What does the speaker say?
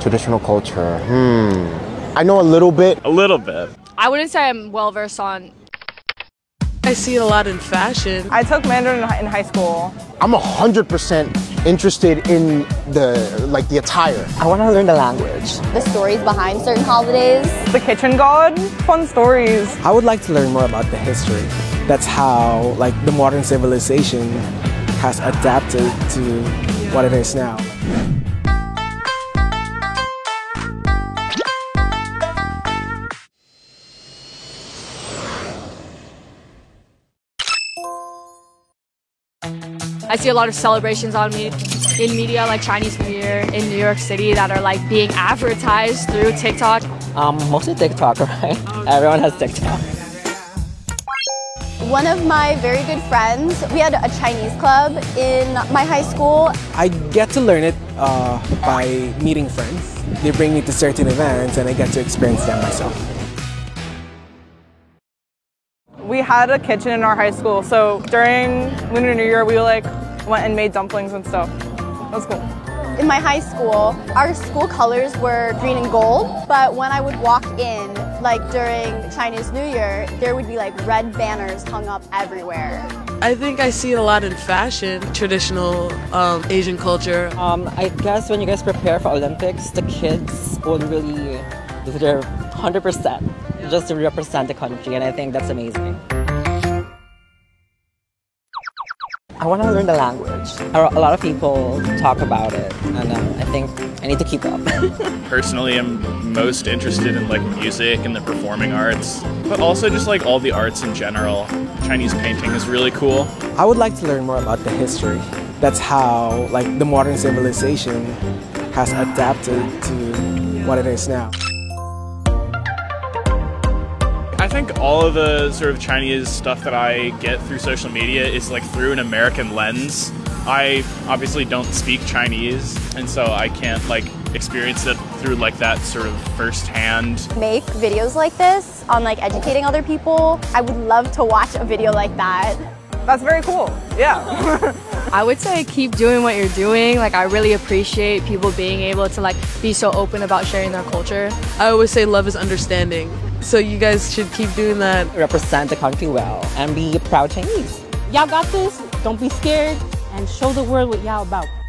Traditional culture. Hmm. I know a little bit. A little bit. I wouldn't say I'm well versed on. I see it a lot in fashion. I took Mandarin in hi- in high school. I'm 100% interested in the like the attire. I want to learn the language. the stories behind certain holidays. The kitchen god, fun stories. I would like to learn more about the history. That's how like the modern civilization has adapted to what it is now. I see a lot of celebrations on me in media, like Chinese New Year in New York City, that are like being advertised through TikTok. Um, mostly TikTok, right? Everyone has TikTok. One of my very good friends, we had a Chinese club in my high school. I get to learn it uh, by meeting friends. They bring me to certain events and I get to experience them myself. We had a kitchen in our high school, so during Lunar New Year, we like went and made dumplings and stuff. That's cool. In my high school, our school colors were green and gold, but when I would walk in, like during Chinese New Year, there would be like red banners hung up everywhere. I think I see it a lot in fashion, traditional um, Asian culture. Um, I guess when you guys prepare for Olympics, the kids will really do their 100% just to represent the country, and I think that's amazing. I want to learn the language. A a lot of people talk about it, and um, I think I need to keep up. Personally, I'm most interested in like music and the performing arts, but also just like all the arts in general. Chinese painting is really cool. I would like to learn more about the history. That's how like the modern civilization has adapted to what it is now. I think all of the sort of Chinese stuff that I get through social media is like through an American lens. I obviously don't speak Chinese, and so I can't like experience it through like that sort of firsthand Make videos like this on like educating other people. I would love to watch a video like that. That's very cool. Yeah. I would say keep doing what you're doing. Like I really appreciate people being able to like be so open about sharing their culture. I always say love is understanding. So you guys should keep doing that. represent the country well and be proud Chinese. Y'all got this. Don't be scared and show the world what y'all about.